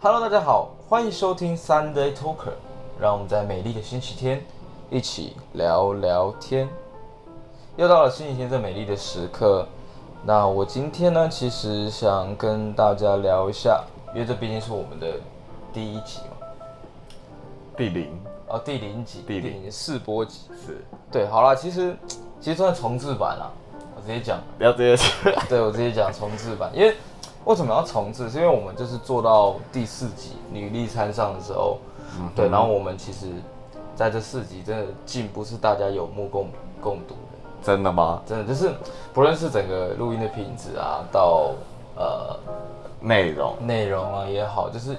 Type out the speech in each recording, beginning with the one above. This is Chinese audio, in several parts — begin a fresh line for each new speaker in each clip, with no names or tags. Hello，大家好，欢迎收听 Sunday Talker，让我们在美丽的星期天一起聊聊天。又到了星期天这美丽的时刻，那我今天呢，其实想跟大家聊一下，因为这毕竟是我们的第一集嘛，
第零
哦，第零集，
第零
试播集。
是，
对，好啦，其实其实算重置版啦，我直接讲，
不要这些
对我直接讲重置版，因为为什么要重置？是因为我们就是做到第四集女力参上的时候，
嗯
对，然后我们其实在这四集真的进步是大家有目共共睹的，
真的吗？
真的就是不论是整个录音的品质啊，到呃
内容
内容啊也好，就是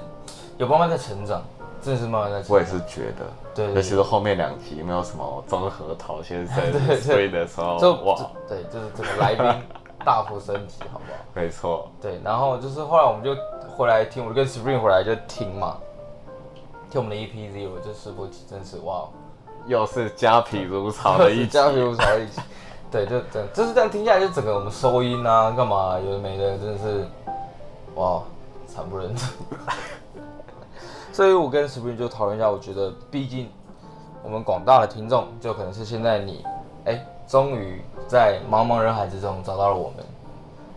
有慢慢在成长，真的是慢慢在成长。
我也是觉得，
对对
尤其是后面两集没有什么综合陶先生
对对
推的时候，
就
哦哇，
对，就是这个来宾大幅升级，好不好？
没错，
对，然后就是后来我们就回来听，我就跟 Spring 回来就听嘛，听我们的 EP Zero，就试播集，真是哇，
又是家皮如潮 的一集，
家比如少一集， 对，就整就是这样听下来，就整个我们收音啊，干嘛有的没的，真的是哇，惨不忍睹。 所以我跟 Spring 就讨论一下，我觉得毕竟我们广大的听众，就可能是现在你，哎，终于在茫茫人海之中找到了我们，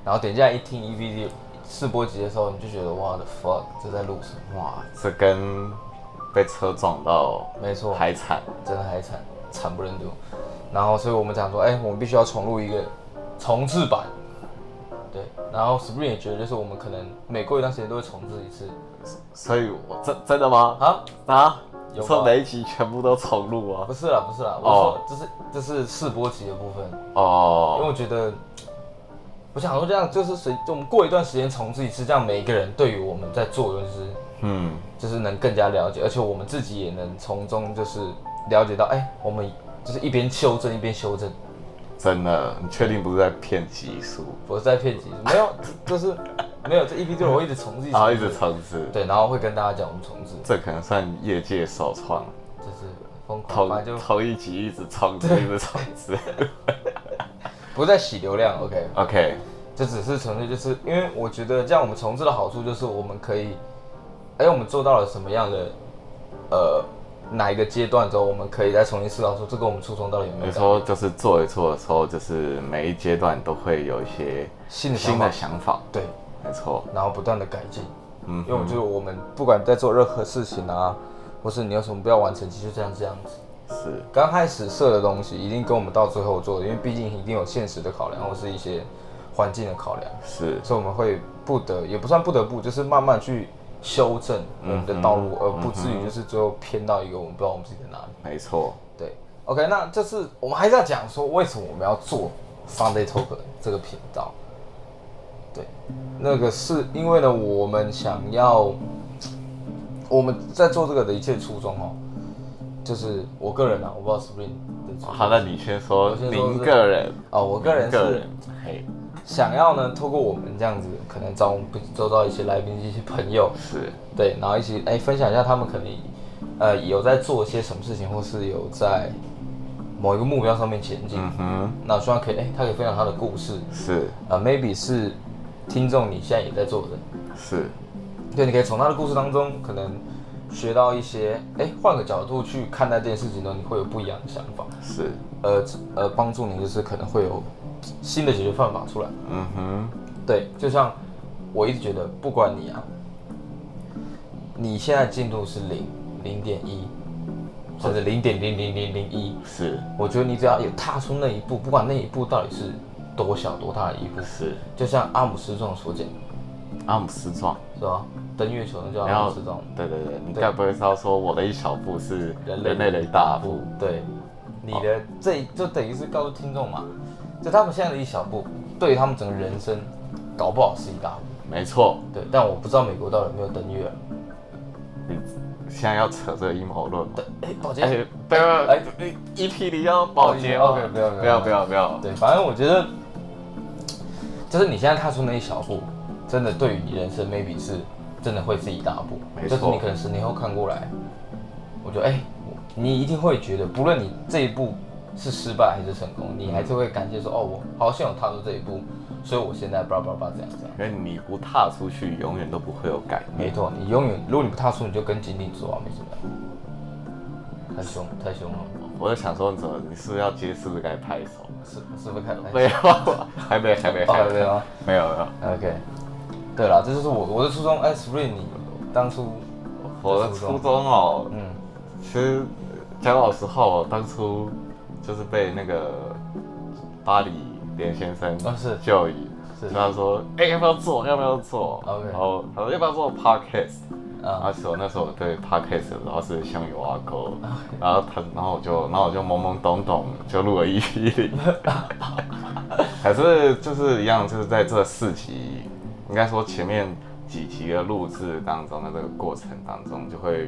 然后点进来一听 EP 试播集的时候，你就觉得哇的 fuck，这在录什么？
哇，这跟被车撞到
没错，
还惨，
真的还惨，惨不忍睹。然后，所以我们讲说，哎、我们必须要重录一个重置版。对，然后 Spring 也觉得，就是我们可能每过一段时间都会重置一次
所以我真真的吗？
啊？
啊，
有
你
吗
说每一集全部都重录啊
不？是啦，不是啦，我说这是这是试播集的部分，因为
哦，
我觉得，我想说这样就是随就我们过一段时间重置一次，这样每一个人对于我们在做的就是
嗯，
就是能更加了解，而且我们自己也能从中就是了解到，哎、我们就是一边修正一边修正，
真的，你确定不是在骗集数？
我是在骗集，没有， 就是没有这 EP 对我一直重置，
然啊后一直重置，
对，然后会跟大家讲我们重置，
这可能算业界首创。
就是疯狂，
头
反正就
头一集一直冲刺，一直冲刺。
不再洗流量，OK，
OK，
就只是纯粹就是因为我觉得这样我们重置的好处就是我们可以，哎，我们做到了什么样的，呃，哪一个阶段之后，我们可以再重新思考说这跟我们初衷到底有没
有
有
时
改
候就是做一做的时候，就是每一阶段都会有一些
新的想
新
法
的，想法。
对，
没错，
然后不断的改进，
嗯
因为我觉得我们不管在做任何事情啊，或是你有什么不要完成，其实就这样这样子。
是
刚开始设的东西一定跟我们到最后做的，因为毕竟一定有现实的考量，或是一些环境的考量，
是，
所以我们会不得也不算不得不，就是慢慢去修正我们的道路，而不至于就是最后偏到一个我们不知道我们自己在哪里。
没错，
对，OK，那这次我们还是要讲说为什么我们要做 Sunday Talk 这个频道。对，那个是因为呢，我们想要我们在做这个的一切初衷哦，就是我个人啊，我不知道 Spring 的初衷
好，那你先说
我先说是
您个人，
哦，我个人
您个
是
人，嘿，
想要呢，透过我们这样子，可能找我们周遭一些来宾、一些朋友，
是
对，然后一起哎分享一下他们可能呃有在做些什么事情，或是有在某一个目标上面前进。
嗯，
那希望可以，哎、他可以分享他的故事，
是
啊、m a y b e 是听众你现在也在做的，
是，
对，你可以从他的故事当中可能学到一些，哎、换个角度去看待这件事情呢，你会有不一样的想法，
是，
呃呃，帮助你就是可能会有新的解决方法出来。
嗯哼，
对，就像我一直觉得，不管你啊，你现在进度是零零点一，甚至零点零零零零一，
是
我觉得你只要有踏出那一步，不管那一步到底是多小多大的一步，
是，嗯
就像阿姆斯壮所讲，
阿姆斯壮。
是吧？登月球那叫
然
阿
后
姆斯壮，，
对对对，你该不会是要说我的一小步是
人
人
类
类的一大步？
对，你的这一就等于是告诉听众嘛，就他们现在的一小步，对于他们整个人生，搞不好是一大步。
没错，
对，但我不知道美国到底有没有登月啊。
你现在要扯这个阴谋论吗？
哎，宝杰，
哎，不要，
哎
哎，EP 里要保洁
哦
哦，
，OK，不要不
不
要
要不要不要，
对，反正我觉得，就是你现在踏出那一小步，真的对于你人生 maybe 是真的会是一大步。
没
就是
错
你可能十年后看过来，我觉得哎、我你一定会觉得，不论你这一步是失败还是成功，你还是会感谢说，哦，我好像有踏出这一步，所以我现在叭叭叭这样这样。
因为你不踏出去，永远都不会有改
没
变。
错，你永远如果你不踏出，你就跟井底之蛙没什么两样。太凶，太凶了，
我就想说，你怎么你是不是要接，是不是该拍手？
是是不是看？
没有，啊 还没，还没，
嗯哦，
还
还
没，
没有啊。
没有，没有。
OK，对了，这就是我我的初衷。哎，Spring，你当初
我的初衷哦，
嗯
其实讲老实话，我当初就是被那个巴黎连先生
啊是
教育，
是
他说，哎、要不要做？要不要做
OK
然后他说要不要做 podcast？
啊
那时候那时候我对 podcast 然后是像有阿哥，然后他然后我就然后我就懵懵懂懂就录了一批零，还是就是一样，就是在这四集，应该说前面几集的录制当中的这个过程当中，就会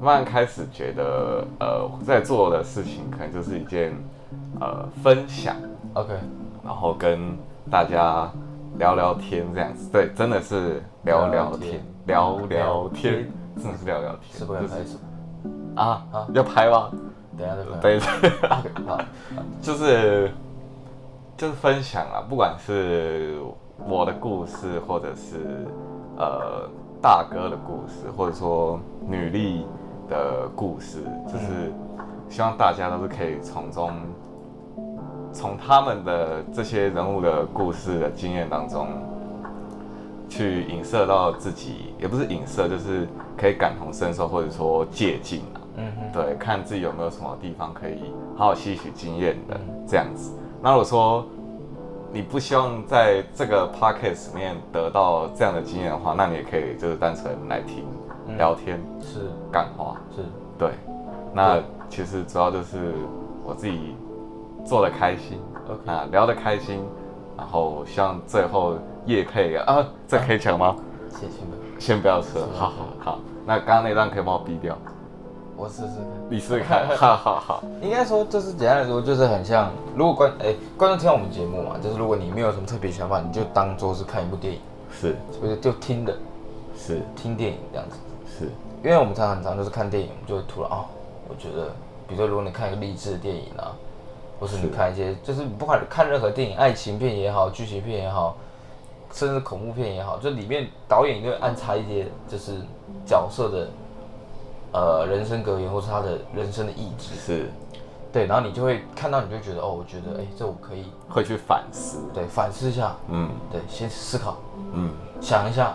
慢慢开始觉得，呃，我在做的事情可能就是一件呃分享，
，OK，
然后跟大家聊聊天这样子，对，真的是聊聊天，聊聊天，真的是聊聊天，
是不是
就
开
是
始？
啊
啊
要拍吗？
等一下再看。
等一下，
OK，好，
就是就是分享啊，不管是我的故事，或者是呃大哥的故事，或者说女力的故事，就是希望大家都是可以从中。从他们的这些人物的故事的经验当中，去影射到自己，也不是影射，就是可以感同身受，或者说借鉴啊。
嗯哼，
对，看自己有没有什么地方可以好好吸取经验的这样子。那如果说你不希望在这个 podcast 里面得到这样的经验的话，那你也可以就是单纯来听、
嗯
聊天、
是
干话。
是，
对，那其实主要就是我自己做的开心
OK
啊，聊的开心，然后像最后夜配啊，啊这可以讲吗？
谢谢你，
先不要吃，好好好。那刚刚那段可以帮我逼掉，
我试试看。
你试试看，哈哈哈。
应该说，就是简单来说，就是很像，如果观哎、观众听到我们节目嘛，就是如果你没有什么特别想法，你就当做是看一部电影，
是
所以就听的
是
听电影这样子。
是，
因为我们常常很常就是看电影，我们就会突然哦，我觉得，比如说如果你看一个励志的电影啊，或是你看一些，就是不管看任何电影，爱情片也好，剧情片也好，甚至恐怖片也好，就里面导演就会安插一些就是角色的呃人生格言，或是他的人生的意志，
是
对，然后你就会看到，你就觉得哦，我觉得哎，这我可以
会去反思。
对反思一下，
嗯
对，先思考，
嗯，
想一下，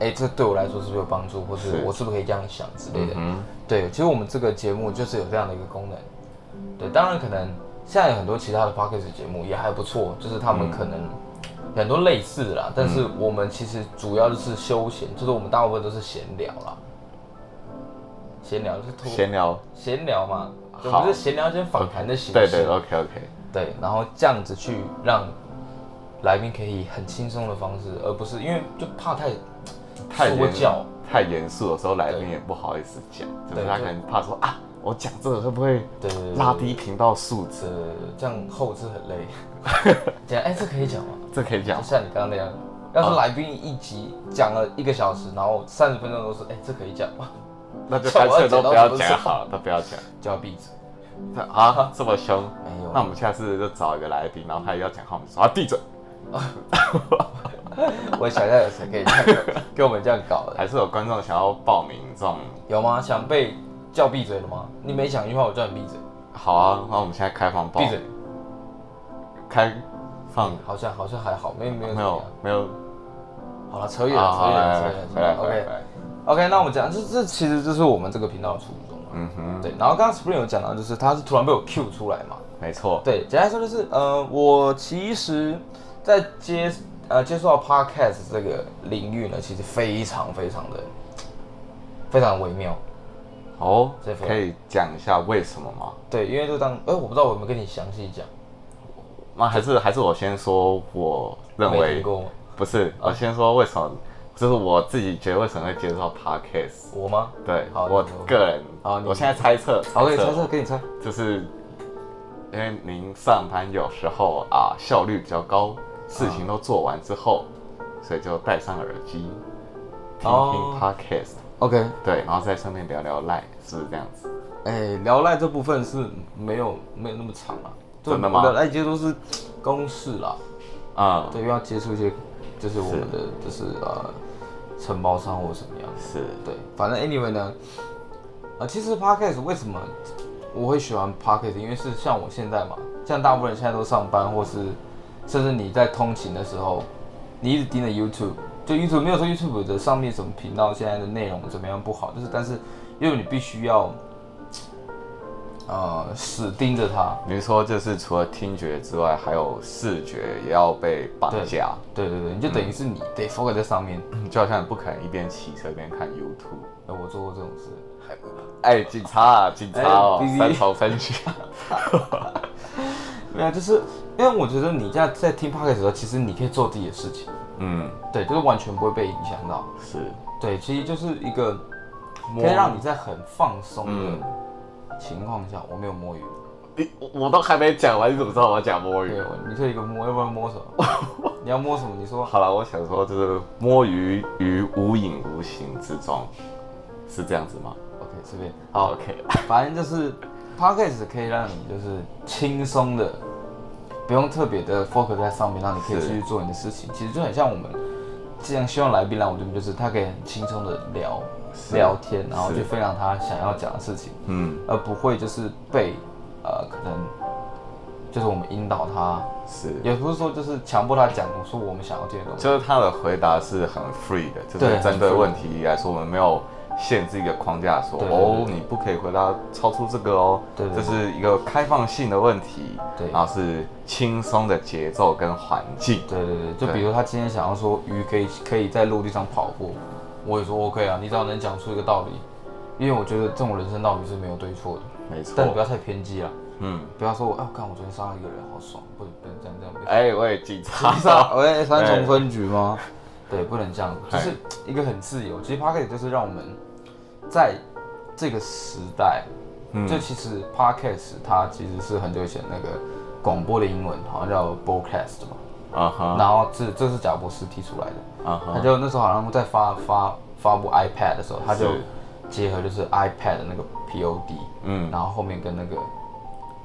哎，这对我来说是不是有帮助，或是
是
我是不是可以这样想之类的。
嗯，
对，其实我们这个节目就是有这样的一个功能。对，当然可能现在有很多其他的 p o c k e t 节目也还不错，就是他们可能
嗯
很多类似的啦，但是我们其实主要就是休闲，就是我们大部分都是闲聊啦。闲聊就是拖
闲聊，
闲聊嘛，我
好
们是闲聊兼访谈的形式。
对对，OK OK，
对，然后这样子去让来宾可以很轻松的方式，而不是因为就怕太
太
说
严
教，
太严肃的时候，来宾
对
也不好意思讲，就
对
是他
就
可能怕说啊，我讲这个会不会
对对对
拉低频道素质？
这呃这样后置很 累。讲哎，这可以讲吗？
这可以讲
就，像你刚刚那样，
啊
要是来宾一集讲了一个小时，然后三十分钟都是哎、这可以讲吗？
那就干脆都不要讲好了，都不要讲。
就要闭嘴。哎
这啊，这么凶，
没有
那我们下次就找一个来宾，然后他也要讲话，我们说啊，闭嘴，
我想一下有谁可以这样 搞给我们这样搞的？
还是有观众想要报名这种。
有吗？想被叫闭嘴的吗？你每讲一句话，我叫你闭嘴，
好啊，那我们现在开放报，
闭嘴。
开放，
好像好像还好，没有没有
没有没有，
好了，扯远
啊哎
了，扯
好，
远了，
来来
扯远了。
回来回来
啊 OK
回来，
OK，那我们讲，这这其实就是我们这个频道的初衷嘛。
嗯哼，
对，然后刚刚 Spring 有讲到，就是他是突然被我 Q 出来嘛。
没错，
对，简单来说就是，呃，我其实，在接呃接触到 podcast 这个领域呢，其实非常非常的非常微妙。
哦
这，份
可以讲一下为什么吗？
对，因为就当，哎、我不知道我有没有跟你详细讲，
那还是还是我先说，我认
没
为
听过哦
不是，我先说为什么，就是我自己觉得为什么会接触到 podcast。
我吗？
对，
好
我
你说
个人，
好你
我现在猜测，
好，给你猜测，给你猜。
就是因为您上班有时候啊效率比较高，事情都做完之后，所以就戴上耳机听听
哦
podcast，
OK，
对，然后再顺便聊聊赖，是不是这样子？
哎、聊赖这部分是没有没有那么长啊，就
真的吗
我聊赖其实都是公式啦，
嗯，
对，因为要接触一些就是我们的就是呃承包商或者什么样子。
是，
对，反正 anyway 呢，呃，其实 podcast 为什么我会喜欢 podcast？因为是像我现在嘛，像大部分人现在都上班，或是甚至你在通勤的时候，你一直盯着 YouTube，就 YouTube 没有说 YouTube 的上面什么频道现在的内容怎么样不好，就是但是因为你必须要呃死盯着它，
你是说就是除了听觉之外，还有视觉也要被绑架，
对对对，你就等于是你得 focus 在上面。
就好像你不可能一边骑车一边看 YouTube。
哎、我做过这种事。
哎、警察、啊，警察哦、
哎哔哔
三重分局。
没有，啊就是因为我觉得你在在听 podcast 的时候，其实你可以做自己的事情。
嗯，
对，就是完全不会被影响到。
是，
对，其实就是一个可
摸
以让你在很放松
嗯
的情况下，我没有摸鱼，
你我我都还没讲完，你怎么知道我要讲摸鱼
对？，我你可以一个摸，要不然摸什么？ 你要摸什么？你说
好了，我想说就是摸鱼于无影无形之中，是这样子吗？
，OK，随便。
好，OK，
反正就是 podcast 可以让你就是轻松的，不用特别的 focus 在上面，让你可以
是
继续做你的事情。其实就很像我们这样，希望来宾来我们这边，就是他可以很轻松的聊
是
聊天，然后
是
去分享他想要讲的事情。
嗯，
而不会就是被呃可能就是我们引导他，
是，
也不是说就是强迫他讲出我们想要听的东西。
就是他的回答是很 free 的，就
对
是
很
针对
free
问题来说，我们没有限制一个框架说，
对对
哦，
对
你不可以回答超出这个哦，
对对
这
对
是一个开放性的问题，
对
然后是轻松的节奏跟环境，
对对对，就比如他今天想要说鱼可以可以在陆地上跑步，我也说 OK 啊，你只要能讲出一个道理，因为我觉得这种人生道理是没有对错的，
没错
但，你不要太偏激啊，
嗯，
不要说我啊，看我昨天杀了一个人，好爽，不能不能这样这样。
哎、我也 警察，
杀喂三重分局吗？对，不能这样，就
哎
是一个很自由。其实 p o c a s t 就是让我们在这个时代，
嗯
就其实 podcast 它其实是很久以前那个广播的英文，好像叫 broadcast 嘛，
啊哈，
然后这这是贾博士提出来的，
啊
他
哈，
就那时候好像在发发发布 iPad 的时候，他就是结合就是 iPad 的那个 POD，
嗯，
然后后面跟那个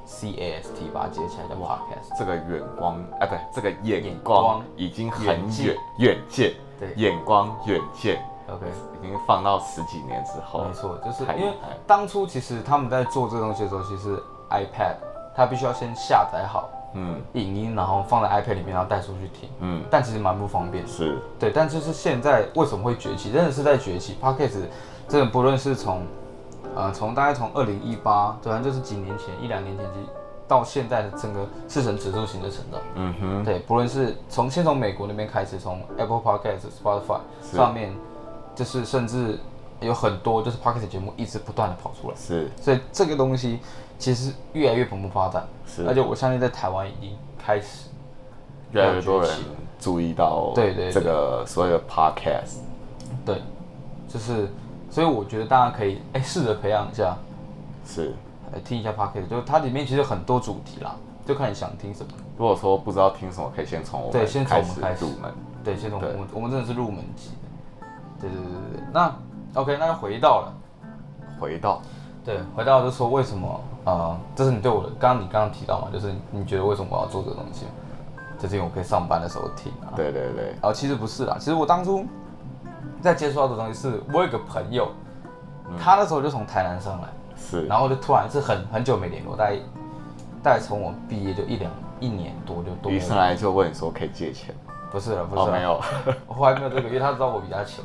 CAST 把它接起来叫 podcast，
这个远光，哎、不对，这个眼
眼
光
光
已经很
远
远
见
远见，
对
眼光远见
，OK。
已经放到十几年之后，
没错，就是
哦太厉
因为
害
当初其实他们在做这个东西的时候，其实 iPad 它必须要先下载好
嗯
影音，然后放在 iPad 里面，然后带出去听，
嗯，
但其实蛮不方便的。
是，
对，但就是现在为什么会崛起，真的是在崛起。Podcast 真的不论是从呃从大概从二零一八，对，反正就是几年前一两年前，其实到现在的整个市场指数型的成长。
嗯哼。
对，不论是从先从美国那边开始，从 Apple Podcast、Spotify
是
上面，就是甚至有很多就是 Podcast 节目一直不断的跑出来，
是
所以这个东西其实越来越蓬勃发展，
是
而且我相信在台湾已经开始，
越来越多人注意到
对对对
这个所谓的 podcast，
对，就是所以我觉得大家可以哎试着培养一下，
是。
来听一下 Podcast，就是它里面其实有很多主题啦，就看你想听什么。
如果说不知道听什么，可以先从我
对
们
先从
开
我们
始
开始
入门。
对，先从我
对
们我们真的是入门级的，对对对对对。那 OK，那就回到了。
回到
对，回到就是说为什么呃，这是你对我的，刚刚你刚刚提到嘛，就是你觉得为什么我要做这个东西，就是因为我可以上班的时候听啊。
对对对，
啊，其实不是啦，其实我当初在接触到的东西是，我有一个朋友，他那时候就从台南上来，
是
然后就突然是很很久没联络，大概大概从我毕业就一两一年多就都没
一
有
上来就问你说可以借钱，
不是了，不
哦
是
没
了，
有，
我后来没有这个，因为他知道我比较 穷，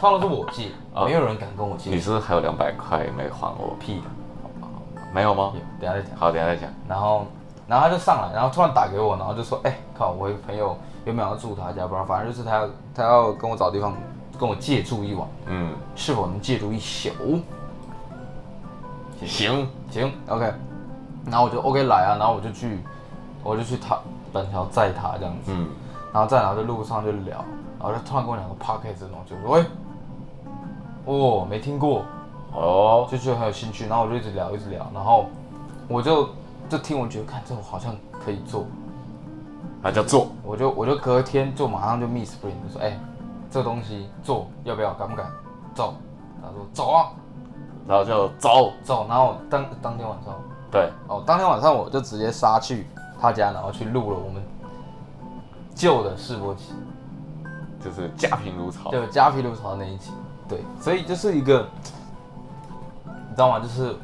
通常都是我借，
哦
没有人敢跟我
你
借，
是不是还有两百块没还我？
屁的，
没有吗
有？等一下再讲。
好，等一下再讲。
然后，然后他就上来，然后突然打给我，然后就说：“哎、靠，我有朋友原本要住他家，不然反正就是他要他要跟我找地方跟我借住一晚，
嗯，
是否能借住一宿？
行，
行，OK。”然后我就 OK 来啊，然后我就去，我就去他板桥载他这样子，
嗯，
然后再然后在路上就聊，然后就突然跟我讲个 podcast 这种，就说：“喂、哦，没听过。”
哦，
就觉得很有兴趣，然后我就一直聊，一直聊，然后我就就听，我觉得看这我好像可以做，
那就做。
我就我就隔天就马上就 miss spring 就说，哎、这个东西做要不要，敢不敢？走。他说走啊，
然后就走，
走，然后当当天晚上，
对，
哦，当天晚上我就直接杀去他家，然后去录了我们旧的试播集，
就是家贫如草，
就加皮鲁潮那一集，对，所以就是一个，你知道吗？就是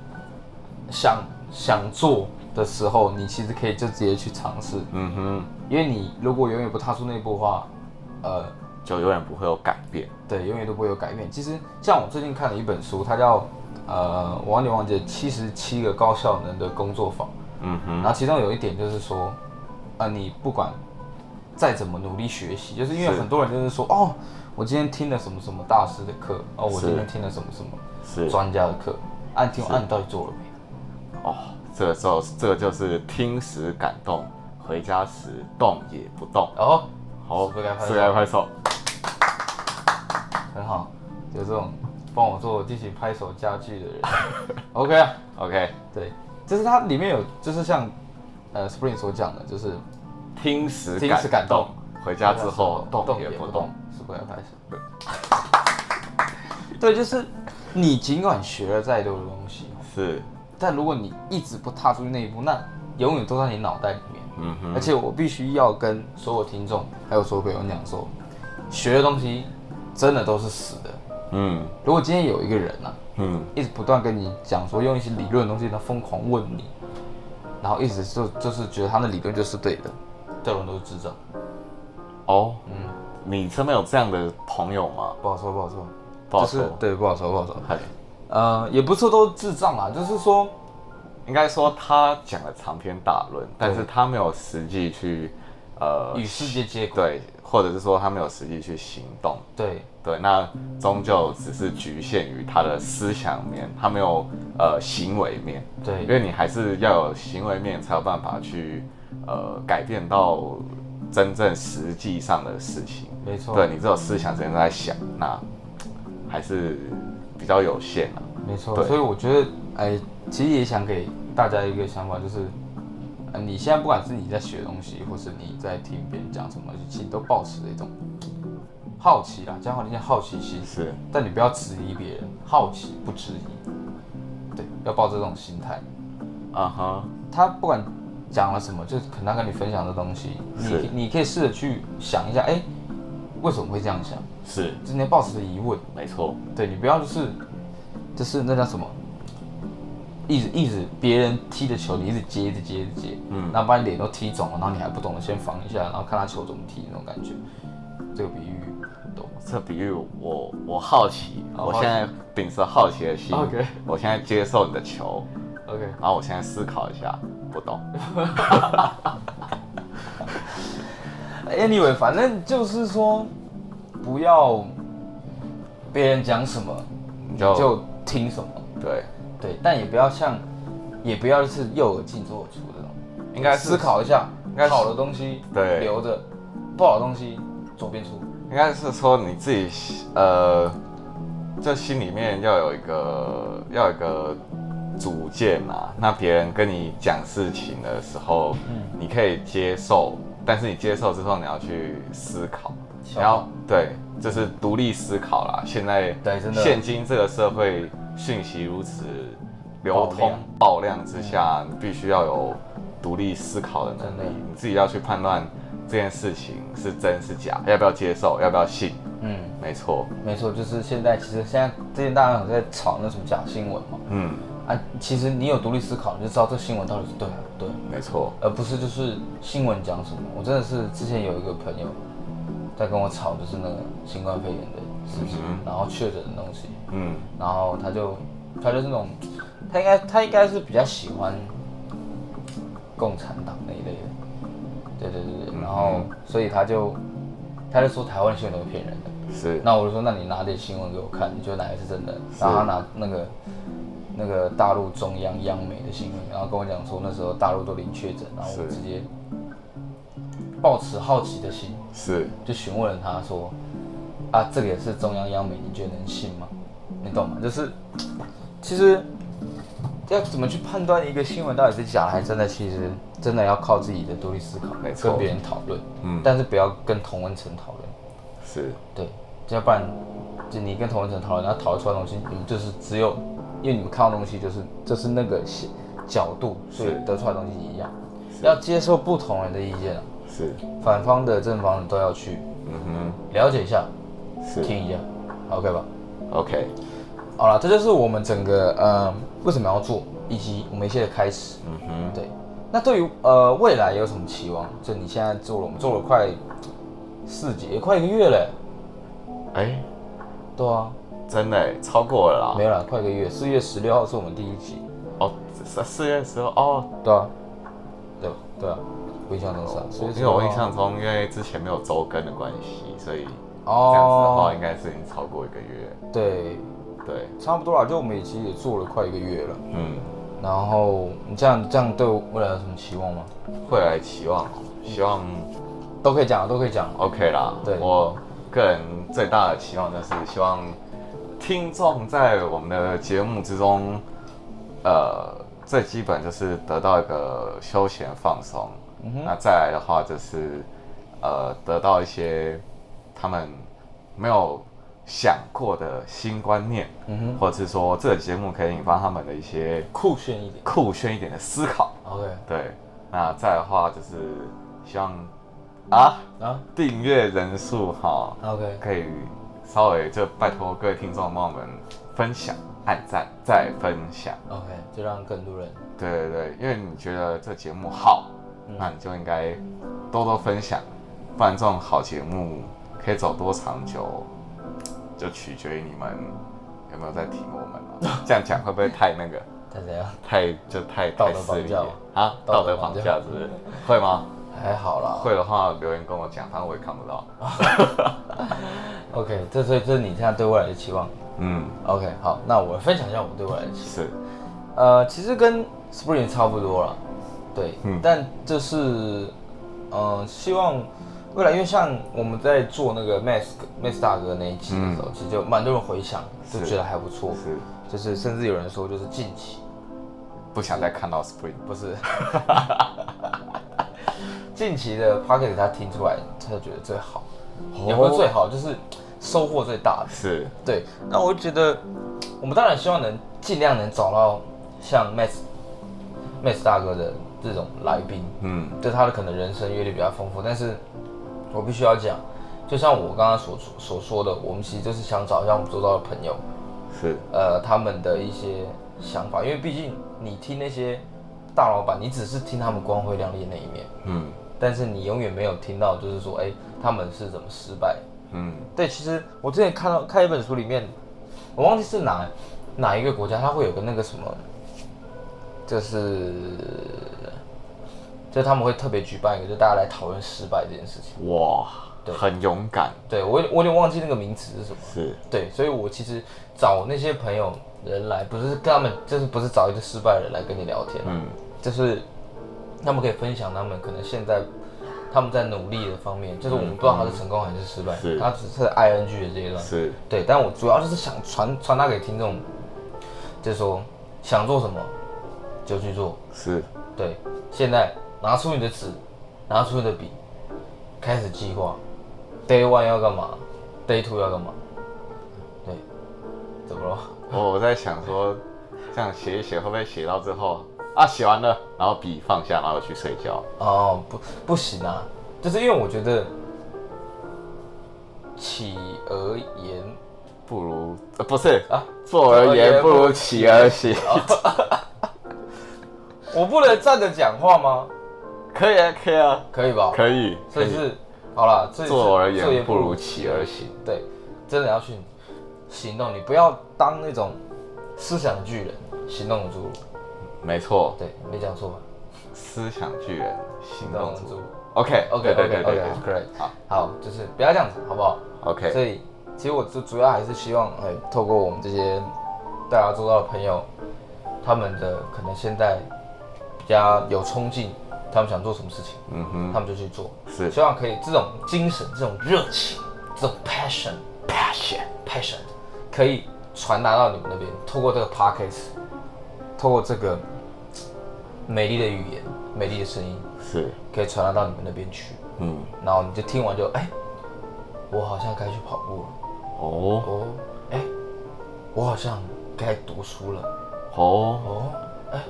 想想做的时候，你其实可以就直接去尝试，
嗯哼，
因为你如果永远不踏出那一步的话，呃，
就永远不会有改变。
对，永远都不会有改变。其实像我最近看了一本书，它叫呃，我忘记忘记七十七个高效能的工作坊，
嗯
然
哼，
后其中有一点就是说，呃，你不管再怎么努力学习，就是因为
是
很多人就是说，哦，我今天听了什么什么大师的课，哦，我
是
今天听了什么什么
是
专家的课，按听啊按到底做了没？
哦，这个时候这个就是听时感动，回家时动也不动。
哦，
好，
是不是该拍手
是该拍手。
很好，有这种帮我做进行拍手家具的 人，OK 啊。
OK，
对，就是它里面有，就是像呃 Spring 所讲的，就是
听时
听时感动，
回家之后动也不动。，
是不要拍手。 对，就是你尽管学了再多的东西，
是，
但如果你一直不踏出那一步，那永远都在你脑袋里面。
嗯哼，
而且我必须要跟所有听众还有所有朋友讲说，学的东西真的都是死的。
嗯
如果今天有一个人啊，
嗯，
一直不断跟你讲说用一些理论的东西，他疯狂问你，然后一直就就是觉得他的理论就是对的，这种人都是智障。
哦，
嗯，
你身边有这样的朋友吗？
不好说，不好说，
不好
就是
说，
对，不好说，不好说。
嗨
呃，也不是说都是智障啦，就是说，
应该说他讲了长篇大论，但是他没有实际去，呃，
与世界接轨。
对，或者是说他没有实际去行动，
对
对，那终究只是局限于他的思想面，他没有呃行为面，
对
因为你还是要有行为面才有办法去呃改变到真正实际上的事情。
没错，
对你只有思想整天在想，那还是比较有限啊。
没错。
对
所以我觉得，哎，其实也想给大家一个想法，就是，呃，你现在不管是你在学东西，或是你在听别人讲什么，其实都保持着一种好奇啦，讲好听叫好奇心。
是，
但你不要质疑别人，好奇不质疑，对，要抱着这种心态。
啊哈，
他不管讲了什么，就是可能他跟你分享的东西，
是
你你可以试着去想一下，哎、为什么会这样想？
是，
今天抱持着疑问，
没错，
对你不要就是就是那叫什么，一直一直别人踢的球，你一直接，一直接，一直接，
嗯
嗯，那把你脸都踢肿了，然后你还不懂得先防一下，然后看他球怎么踢那种感觉，这个比喻懂吗？
这比喻我我好奇，
好
我
好奇
现在秉持哦好奇的心
OK
我现在接受你的球，
？OK，
然后我现在思考一下，不懂。
Anyway，反正就是说，不要别人讲什么你
就
就听什么，
对，
对，但也不要像，也不要是右耳进左耳出这种，
应该
思
是
考一下
该，是
好的东西
对
留着，不好的东西左边出。
应该是说你自己呃，这心里面要有一个要有一个主见嘛。那别人跟你讲事情的时候，
嗯
你可以接受，但是你接受之后你要去思考，
消
你
化
要对，就是独立思考啦。现在
对真的
现今这个社会讯息如此流
爆
通
量
爆量之下，你必须要有独立思考的能
嗯真的
力，你自己要去判断这件事情是真是假，要不要接受，要不要信。
嗯，
没错，
没错，就是现在，其实现在最近大家有在炒那什么假新闻嘛，
嗯，
啊，其实你有独立思考，你就知道这新闻到底是对还是不对。
没错，
而不是就是新闻讲什么。我真的是之前有一个朋友在跟我吵，就是那个新冠肺炎的事情，然后确诊的东西，
嗯，
然后他就他就是那种，他应该他应该是比较喜欢共产党那一类的，对对对对，然后所以他就他就说台湾新闻都是骗人的，
是，
那我就说，那你拿点新闻给我看，你觉得哪个是真的？然后他拿那个那个大陆中央央媒的新闻，然后跟我讲说那时候大陆都零确诊，然后我
是
直接抱持好奇的心，
是，
就询问了他说，啊，这个也是中央央媒，你觉得能信吗？你懂吗？就是其实要怎么去判断一个新闻到底是假的还是真的，其实真的要靠自己的独立思考，
没错
跟别人讨论，
嗯
但是不要跟同温层讨论。
是，
对，要不然就你跟同龄人讨论，然后讨论出来的东西，你就是只有因为你们看到东西就是这是那个写角度，所以
是
得出来的东西一样。
是
要接受不同人的意见啊，
是，
反方的、正方的都要去
嗯
了解一下、
哼，
听
是
一下，OK 吧？
，OK，
好了，这就是我们整个呃为什么要做，以及我们一些的开始。
嗯哼，
对，那对于呃未来有什么期望？就你现在做了，我们做了快四节，也快一个月嘞。
哎、
对啊，
真的欸超过了
没
啦，
有啦，快一个月，四月十六号是我们第一集。
哦，四四月十号哦，
对啊，对吧对啊，我印象中是啊，四月
因
十
为
六
哦我
号
印象中因为之前没有周更的关系，所以这样子的话
哦
应，该是已经超过一个月，
对，
对，
差不多啦，就我们也其实也做了快一个月了。
嗯，
然后你这样这样对我未来有什么期望吗？
未来期望哦，希望
都可以讲，都可以讲。
OK 啦，
对
我个人最大的期望就是希望听众在我们的节目之中，呃，最基本就是得到一个休闲放松。
嗯
那再来的话就是，呃，得到一些他们没有想过的新观念，
嗯哼，
或者是说这个节目可以引发他们的一些
酷炫一点。
酷炫一点的思考。
OK
对，那再来的话就是希望啊。
啊
订阅人数哈，
，OK，
可以稍微就拜托各位听众帮我们分享、按赞、再分享。
OK，就让更多人。
对对对，因为你觉得这节目好，
嗯
那你就应该多多分享，不然这种好节目可以走多长久，就取决于你们有没有在听我们、啊。 这样讲会不会太那个？
他怎样？
太就太
道
太
德绑
势利
架
了
吗
啊！
道
道
德
德
绑
绑
架
架是不是？会吗？
还好啦。
会的话留言跟我讲，反正我也看不到。
OK，这所以这是你现在对未来的期望。
嗯，
OK，好，那我分享一下我对未来的期
是，
望。呃，其实跟 Spring 差不多了，对，
嗯
但就是，呃，希望未来，因为像我们在做那个 Mask Mask 大哥那一集的时候，其实就蛮多人回想，就是觉得还不错，
嗯是。
就是甚至有人说就是近期，
不想再看到 Spring。
不是， 近期的 Pocket 他听出来，他就觉得最好，也不是最好，就是收获最大的。
是，
对，那我觉得我们当然希望能尽量能找到像 Max Max 大哥的这种来宾，
嗯，
对他的可能人生阅历比较丰富，但是我必须要讲，就像我刚刚所说所说的，我们其实就是想找像我们周遭的朋友，
是，
呃，他们的一些想法，因为毕竟你听那些大老板，你只是听他们光辉亮丽的那一面，
嗯
但是你永远没有听到就是说，哎、他们是怎么失败，
嗯，
对，其实我之前看到看一本书里面，我忘记是哪哪一个国家，它会有个那个什么，就是就他们会特别举办一个，就大家来讨论失败这件事情。
哇，很勇敢，
对我有我有点忘记那个名词是什么。
是，
对，所以我其实找那些朋友人来，不是跟他们，就是不是找一个失败的人来跟你聊天，啊
嗯，
就是他们可以分享他们可能现在他们在努力的方面，就是我们不知道他是成功还是失败，
嗯是
他只是 ing 的阶段。
是，
对，但我主要就是想传传达给听众，就是说想做什么就去做。
是，
对，现在拿出你的纸，拿出你的笔，开始计划。Day one 要干嘛？Day two 要干嘛？对，怎么了？
我我在想说，这样写一写，会不会写到最后啊，写完了，然后笔放下，然后去睡觉，
哦，不，不行啊！就是因为我觉得起而言
不如，呃、不是
啊，
坐而言不哦如起而行，
我不能站着讲话吗？
可以啊，可以啊，
可以吧？
可以，
所
可
以
以，
是好了，这
坐而
这
言
也
不如起而行，
对，真的要去行动，你不要当那种思想巨人，行动的侏儒。
没错，
对，没讲错吧？
思想巨人，行
行
动
动
主
的侏儒。
，OK，
OK
对
OK
对
OK
对
correct。
好
好，就是不要这样子，好不好？
，OK，
所以其实我主主要还是希望，哎，透过我们这些大家周遭的朋友，他们的可能现在比较有冲劲，他们想做什么事情，
嗯哼，
他们就去做。
是
希望可以这种精神、这种热情、这种 passion。
passion。
passion 可以传达到你们那边，透过这个 podcast，透过这个美丽的语言、美丽的声音，
是，
可以传达到你们那边去。
嗯，
然后你就听完就哎、我好像该去跑步了，
哦，
哦，哎、我好像该读书了。
哦
哦，哎，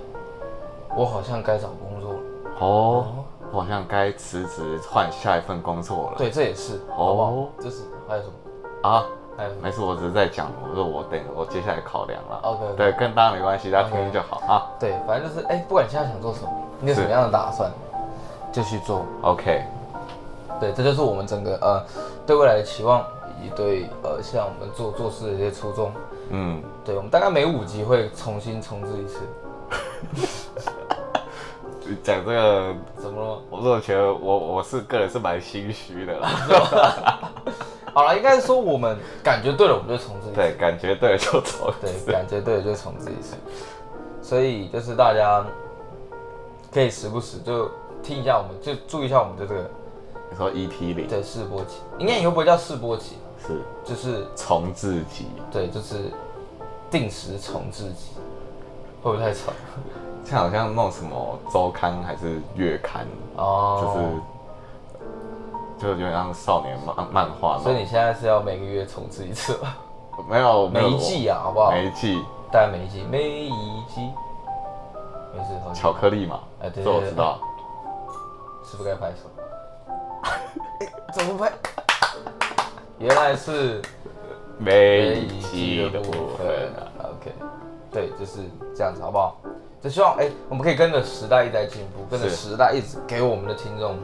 我好像该找工作了。
哦，我好像该辞职换下一份工作了。
对，这也是，好不
哦
好？这是还有什么？
啊，
还有什么？
没事，我只是在讲，我说我等我接下来考量了。
OK，OK
对，跟大家没关系，大家听听就好啊。
对，反正就是，哎，不管你现在想做什么，你有什么样的打算，就去做。
OK，
对，这就是我们整个呃对未来的期望，以及对呃像我们做做事的一些初衷。
嗯，
对，我们大概每五集会重新重置一次。
讲这个，
怎么了吗？
我是觉得我我是个人是蛮心虚的啦。
好了，应该是说我们感觉对了，我们就重置一次。
对，感觉对了就走。
对，感觉对了就重置一次。所以就是大家可以时不时就听一下我们，就注意一下我们的这个
你说 EP 零
对试播集，应该以后不会叫试播集，
是
就是
重置集，
对，就是定时重置集，会不会太长？
这好像弄什么周刊还是月刊，
哦，
就是就有点像少年漫漫画那
所以
种。
你现在是要每个月重置一次吗？
没有没有
每一季啊，好不好？
每一季
大概每一季，每一季，没事，同学
巧克力嘛，
哎对对
这我
对
知道。
是不是该拍手？ 怎么拍？原来是
每一季的部分啊，
OK，对，就是这样子，好不好？就希望哎、我们可以跟着时代一直在进步，跟着
是
时代一直给我们的听众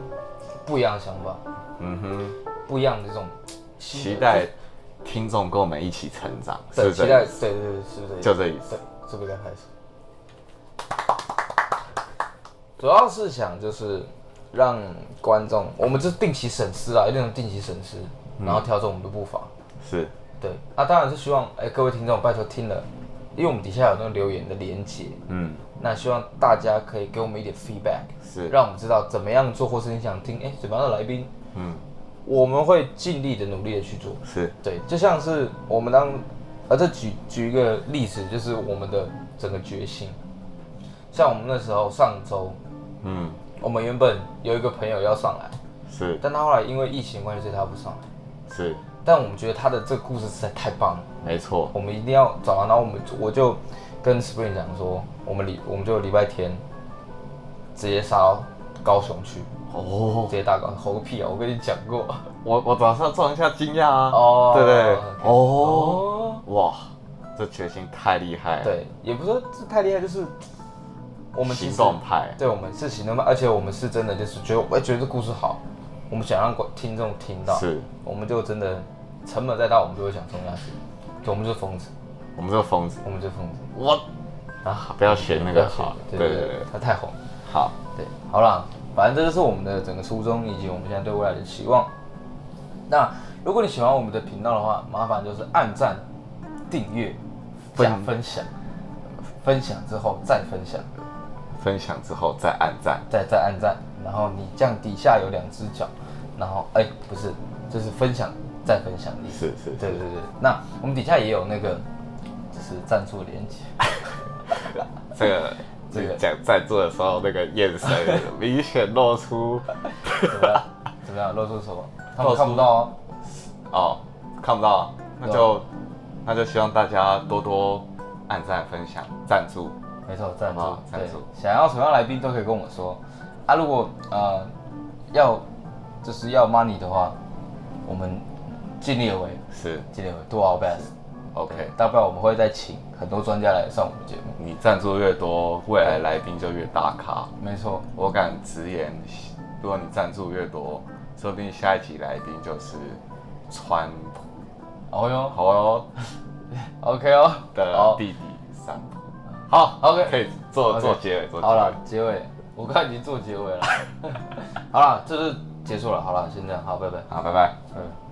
不一样的想法，
嗯哼，
不一样的这种新的
期待听众跟我们一起成长，是
对，
不
期待
是？
对对对，是不是？
就这意思
对，是不是该拍手？主要是想就是让观众，我们就是定期审视啊，有那种定期审视，然后调整我们的步伐。
是
对，那、当然是希望哎、各位听众拜托听了，因为我们底下有那个留言的连接，
嗯
那希望大家可以给我们一点 feedback，
是
让我们知道怎么样做，或是你想听哎、怎么样的来宾，
嗯
我们会尽力的努力的去做。
是
对，就像是我们当，呃，这举举一个例子，就是我们的整个决心。像我们那时候上周，
嗯
我们原本有一个朋友要上来，
是
但他后来因为疫情关系，所以他不上来。
是
但我们觉得他的这个故事实在太棒了，
没错，
我们一定要找他。然后我们我就跟 Spring 讲说，我们礼我们就礼拜天直接杀到高雄去，
哦
直，接打高雄，吼个屁啊！我跟你讲过。
我我早上装一下惊讶 啊，
哦
对不对？哦，
哦
哇，这决心太厉害了，，
对，也不是说这太厉害，就是我们其
行
实
动派，
对，我们是行动派，而且我们是真的就是觉得，我觉得这故事好，我们想让观听众听到，
是
我们就真的成本再大，我们就会想冲下去，对，我们就是疯子，
我们这个疯子，
我们就是疯子
我
啊，
不要学那个好，
对
对
对
对
对
对，，
他太红了，
好，
对，好啦，反正这就是我们的整个初衷以及我们现在对未来的期望。那如果你喜欢我们的频道的话，麻烦就是按赞、订阅、加
分
分享，分享之后再分享。
分享之后再按赞，
再再按赞，然后你这样底下有两只脚，然后哎、不是，就是分享再分享的意思。
是是
对对对，那我们底下也有那个就是赞助连接，
这个
这
这
个
个讲在座的时候，那个眼神明显露 出
怎么 样？怎么样？露出什么？他
露
们
出
看不到哦。
哦，看不到，那
对啊
就那就希望大家多多按赞、分享、赞助。
没错，赞助
好吧
对
赞助，
想要什么样的来宾都可以跟我们说啊。如果呃要就是要 money 的话，我们尽力而为，
是
尽力而为，do our best。
OK，
大不了我们会再请很多专家来上我们节目。
你赞助越多，未来来宾就越大咖。
没错，
我敢直言，如果你赞助越多，说不定下一集来宾就是川普
哦哟。
好哦
OK 哦，
的
好，
弟弟三浦。好
OK
可以做
OK
做结尾，做结
好
尾
了，。结尾，我刚 才已经做结尾了，好了，这是结束了，好了，先这样，好，拜拜，
好，拜拜。
拜拜。